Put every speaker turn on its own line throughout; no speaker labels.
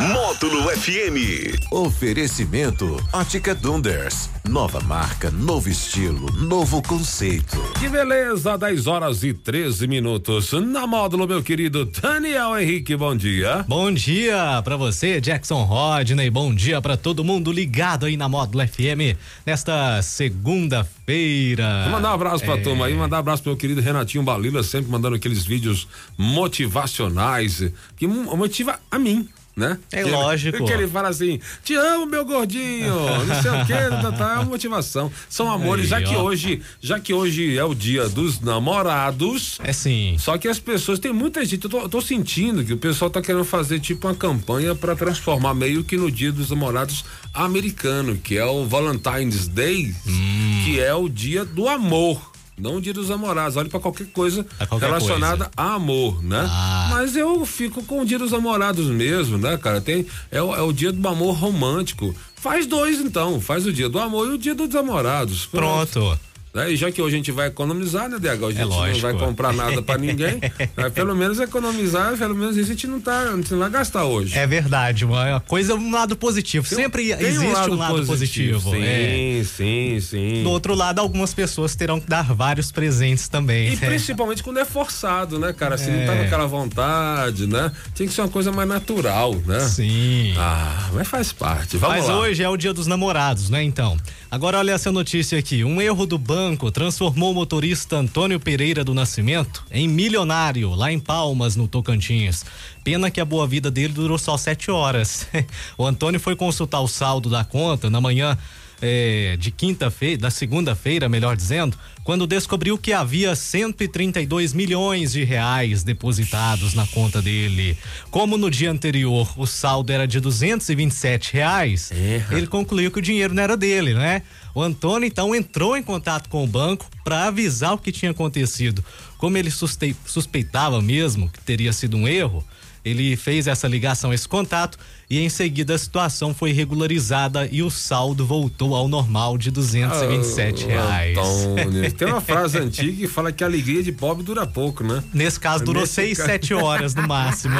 Módulo FM.
Oferecimento Ótica Dunders. Nova marca, novo estilo, novo conceito.
Que beleza, 10 horas e 13 minutos. Na módulo, meu querido Daniel Henrique, bom dia.
Bom dia pra você, Jackson Rodney. Bom dia pra todo mundo ligado aí na Módulo FM nesta segunda-feira.
Vou Mandar um abraço pra
É.
turma aí, mandar um abraço pro meu querido Renatinho Balila, sempre mandando aqueles vídeos motivacionais que mo- motiva a mim. Né?
É
Que ele-
lógico.
que ele fala assim: te amo, meu gordinho, não sei o que, tá, tá, é uma motivação. São amores,
Aí,
já que
ó.
hoje, já que hoje é o dia dos namorados,
É sim.
Só que as pessoas, tem muita gente, eu tô, eu tô sentindo que o pessoal tá querendo fazer tipo uma campanha pra transformar meio que no dia dos namorados americano, que é o Valentine's Day,
Hum.
que é o dia do amor. Não o dia dos namorados, olha pra qualquer coisa
Pra qualquer
relacionada a amor, né?
Ah.
Mas eu fico com o dia dos namorados mesmo, né, cara? Tem, é, o- é o dia do amor romântico. Faz dois então, faz o dia do amor e o dia dos namorados.
Pronto.
Né? E já que hoje a gente vai economizar, né, DH? A gente não
É lógico.
vai comprar nada pra ninguém. né? Pelo menos economizar, pelo menos isso a gente não tá, a gente não vai gastar hoje.
É verdade, uma coisa, um lado positivo. Sempre
Tem
existe um lado, positivo.
Sim,
é.
sim, sim.
Do outro lado, algumas pessoas terão que dar vários presentes também.
E principalmente quando é forçado, né, cara? Se não tá
É.
com aquela vontade, né? Tem que ser uma coisa mais natural, né?
Sim.
Ah, mas faz parte. Vamos
Mas
lá.
hoje é o dia dos namorados, né? Então. Agora olha essa notícia aqui. Um erro do banco transformou o motorista Antônio Pereira do Nascimento em milionário lá em Palmas, no Tocantins. Pena que a boa vida dele durou só sete horas. O Antônio foi consultar o saldo da conta na manhã eh, de quinta-feira, da segunda-feira, melhor dizendo, quando descobriu que havia 132 milhões de reais depositados na conta dele. Como no dia anterior o saldo era de 227 reais, ele concluiu que o dinheiro não era dele, né? O Antônio então entrou em contato com o banco para avisar o que tinha acontecido. Como ele sustei- suspeitava mesmo que teria sido um erro, ele fez essa ligação, esse contato, e em seguida a situação foi regularizada e o saldo voltou ao normal de 227 reais.
Ah, Antônio. Tem uma frase antiga que fala que a alegria de pobre dura pouco, né?
Nesse caso durou
Nesse
6,
caso-
7 horas no máximo.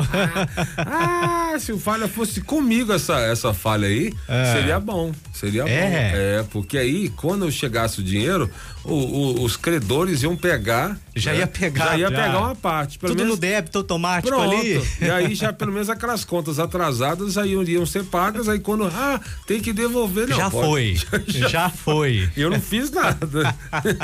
Ah, se o falha fosse comigo essa, essa falha aí,
É.
seria bom. Seria bom.
É.
É, porque aí, quando eu chegasse o dinheiro, o- o- os credores iam pegar.
Já
né?
ia pegar,
Já ia
já.
pegar uma parte. Pelo
Tudo
menos,
no débito automático
Pronto.
ali.
E aí já pelo menos aquelas contas atrasadas aí iriam ser pagas, aí quando ah, tem que devolver, não.
já
pode.
foi. Já, foi.
Eu não fiz nada.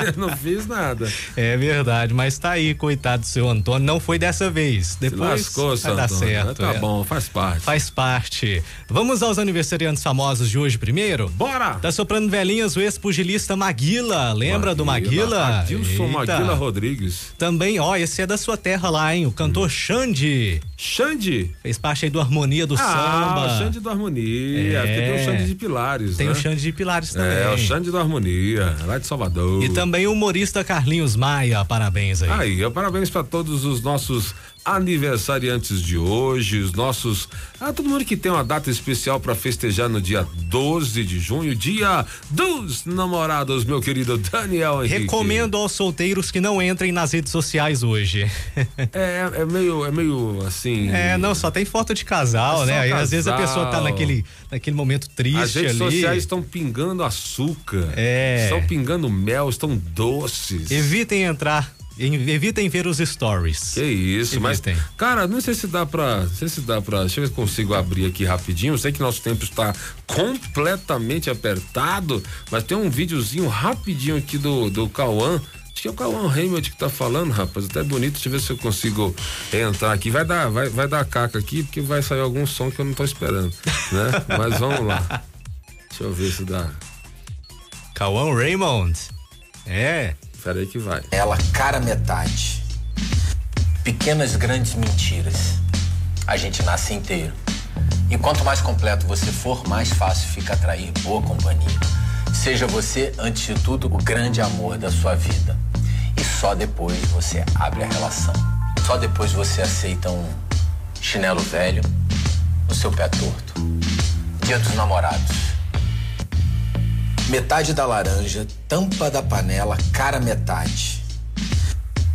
eu não fiz nada.
É verdade, mas tá aí, coitado do seu Antônio. Não foi dessa vez. Depois
Lascou,
vai dar
Santana.
certo.
Tá
é.
bom, faz parte.
Faz parte. Vamos aos aniversariantes famosos de hoje primeiro?
Bora!
Tá soprando velhinhas o ex-pugilista Maguila. Lembra do Maguila?
Adilson
Eita.
Maguila Rodrigues.
Também, ó, esse é da sua terra lá, hein? O cantor
Hum.
Xande.
Xande.
Fez parte aí do Harmonia do
Ah,
Samba.
o Xande do Harmonia.
É.
porque Tem o Xande de Pilares.
Tem
né?
o Xande de Pilares também.
É, o Xande do Harmonia, lá de Salvador.
E também o humorista Carlinhos Maia. Parabéns aí.
Aí, ó, parabéns para todos os nossos aniversariantes de hoje, os nossos. Ah, todo mundo que tem uma data especial para festejar no dia 12 de junho, dia dos namorados, meu querido Daniel Henrique.
Recomendo aos solteiros que não entrem nas redes sociais hoje.
É, é meio, é meio assim.
É, não, só tem foto de casal,
É só
né? Aí, às vezes a
casal.
pessoa tá naquele, naquele momento triste
As redes
ali.
sociais estão pingando açúcar,
É.
estão pingando mel, estão doces.
Evitem entrar, em- evitem ver os stories.
Que isso,
Que
mas
tem.
cara, não sei se dá pra, não sei se dá pra, deixa eu ver se consigo abrir aqui rapidinho, eu sei que nosso tempo está completamente apertado, mas tem um videozinho rapidinho aqui do, do Cauã, acho que é o Cauã Raymond que tá falando, rapaz, até bonito, deixa eu ver se eu consigo entrar aqui, vai dar, vai, vai dar caca aqui, porque vai sair algum som que eu não tô esperando, né? mas vamos lá, deixa eu ver se dá,
Cauã Raymond. É.
peraí que vai.
Ela cara metade. Pequenas grandes mentiras. A gente nasce inteiro. E quanto mais completo você for, mais fácil fica atrair boa companhia. Seja você, antes de tudo, o grande amor da sua vida. E só depois você abre a relação. Só depois você aceita um chinelo velho no seu pé torto. Dia dos Namorados. Metade da laranja, tampa da panela, cara metade.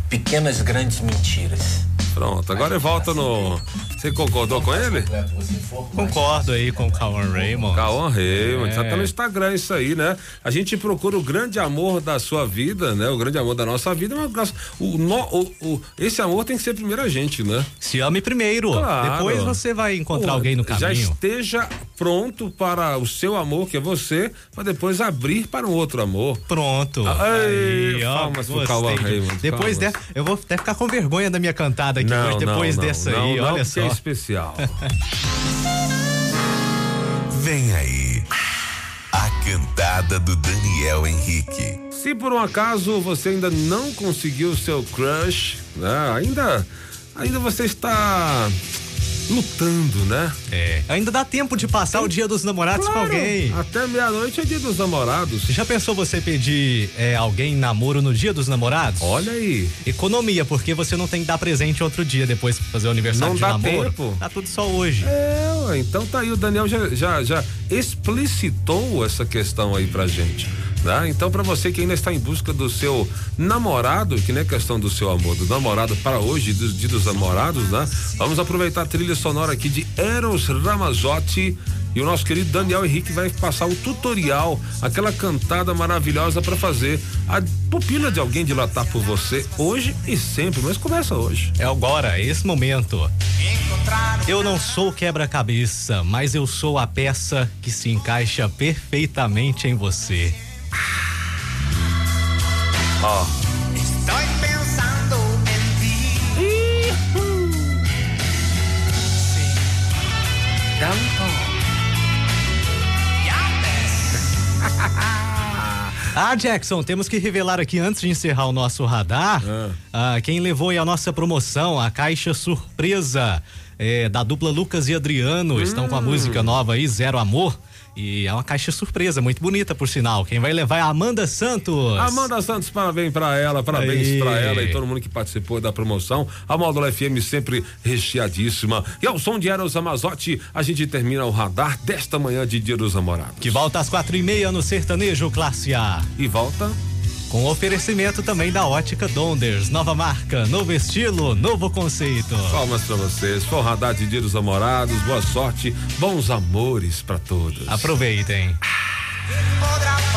Pequenas grandes mentiras.
Pronto, agora volta no. Você concordou com ele?
Completo você for, mas-
Concordo aí com o Cauan Raymond.
Cauã
É.
Raymond, tá pelo Instagram isso aí, né? A gente procura o grande amor da sua vida, né? O grande amor da nossa vida, mas nós- o, no- o- o- esse amor tem que ser primeiro a gente, né?
Se ame primeiro.
Claro.
Depois você vai encontrar alguém no
Já
caminho.
esteja pronto para o seu amor, que é você, para depois abrir para um outro amor.
Pronto.
Aí,
Aí, ó,
Ah, palmas pro
gostei
Cauã
de-
Raymond, palmas.
Depois dessa, eu vou até ficar com vergonha da minha cantada aqui hoje, É depois dessa
não,
aí,
não,
olha
porque
só.
é especial.
Vem aí. A cantada do Daniel Henrique.
Se por um acaso você ainda não conseguiu o seu crush, né? Ainda, ainda você está lutando, né?
É. Ainda dá tempo de passar o dia dos namorados com alguém.
Até meia-noite é dia dos namorados.
Já pensou você pedir é, alguém em namoro no dia dos namorados?
Olha aí.
Economia, porque você não tem que dar presente outro dia depois pra fazer o aniversário
Não
de
dá
namoro.
tempo.
Tá tudo só hoje.
É, ué, então tá aí, o Daniel já, já, já explicitou essa questão aí pra gente. Tá? Então, pra você que ainda está em busca do seu namorado, que não é questão do seu amor, do namorado para hoje, dos dia dos namorados, né? Vamos aproveitar a trilha sonora aqui de Eros Ramazotti e o nosso querido Daniel Henrique vai passar o tutorial, aquela cantada maravilhosa pra fazer a pupila de alguém dilatar por você hoje e sempre, mas começa hoje.
É agora, é esse momento. Eu não sou quebra-cabeça, mas eu sou a peça que se encaixa perfeitamente em você.
Ó,
Estoy pensando en ti. Sí,
dá um tom.
ya ves.
Ah, Jackson, temos que revelar aqui antes de encerrar o nosso radar ah, quem levou aí a nossa promoção, a caixa surpresa eh, da dupla Lucas e Adriano. Estão com a música nova aí, Zero Amor. E é uma caixa surpresa, muito bonita, por sinal. Quem vai levar é a Amanda Santos.
Amanda Santos, parabéns pra ela, parabéns
Aí.
pra ela e todo mundo que participou da promoção. A Módulo FM sempre recheadíssima. E ao som de Eros Amazotti, a gente termina o radar desta manhã de Dia dos Namorados.
Que volta às quatro e meia no Sertanejo Classe A.
E volta.
Com oferecimento também da Ótica Donders. Nova marca, novo estilo, novo conceito.
Palmas pra vocês. Foi o radar de Dia dos Namorados. Boa sorte, bons amores pra todos.
Aproveitem.
Podrá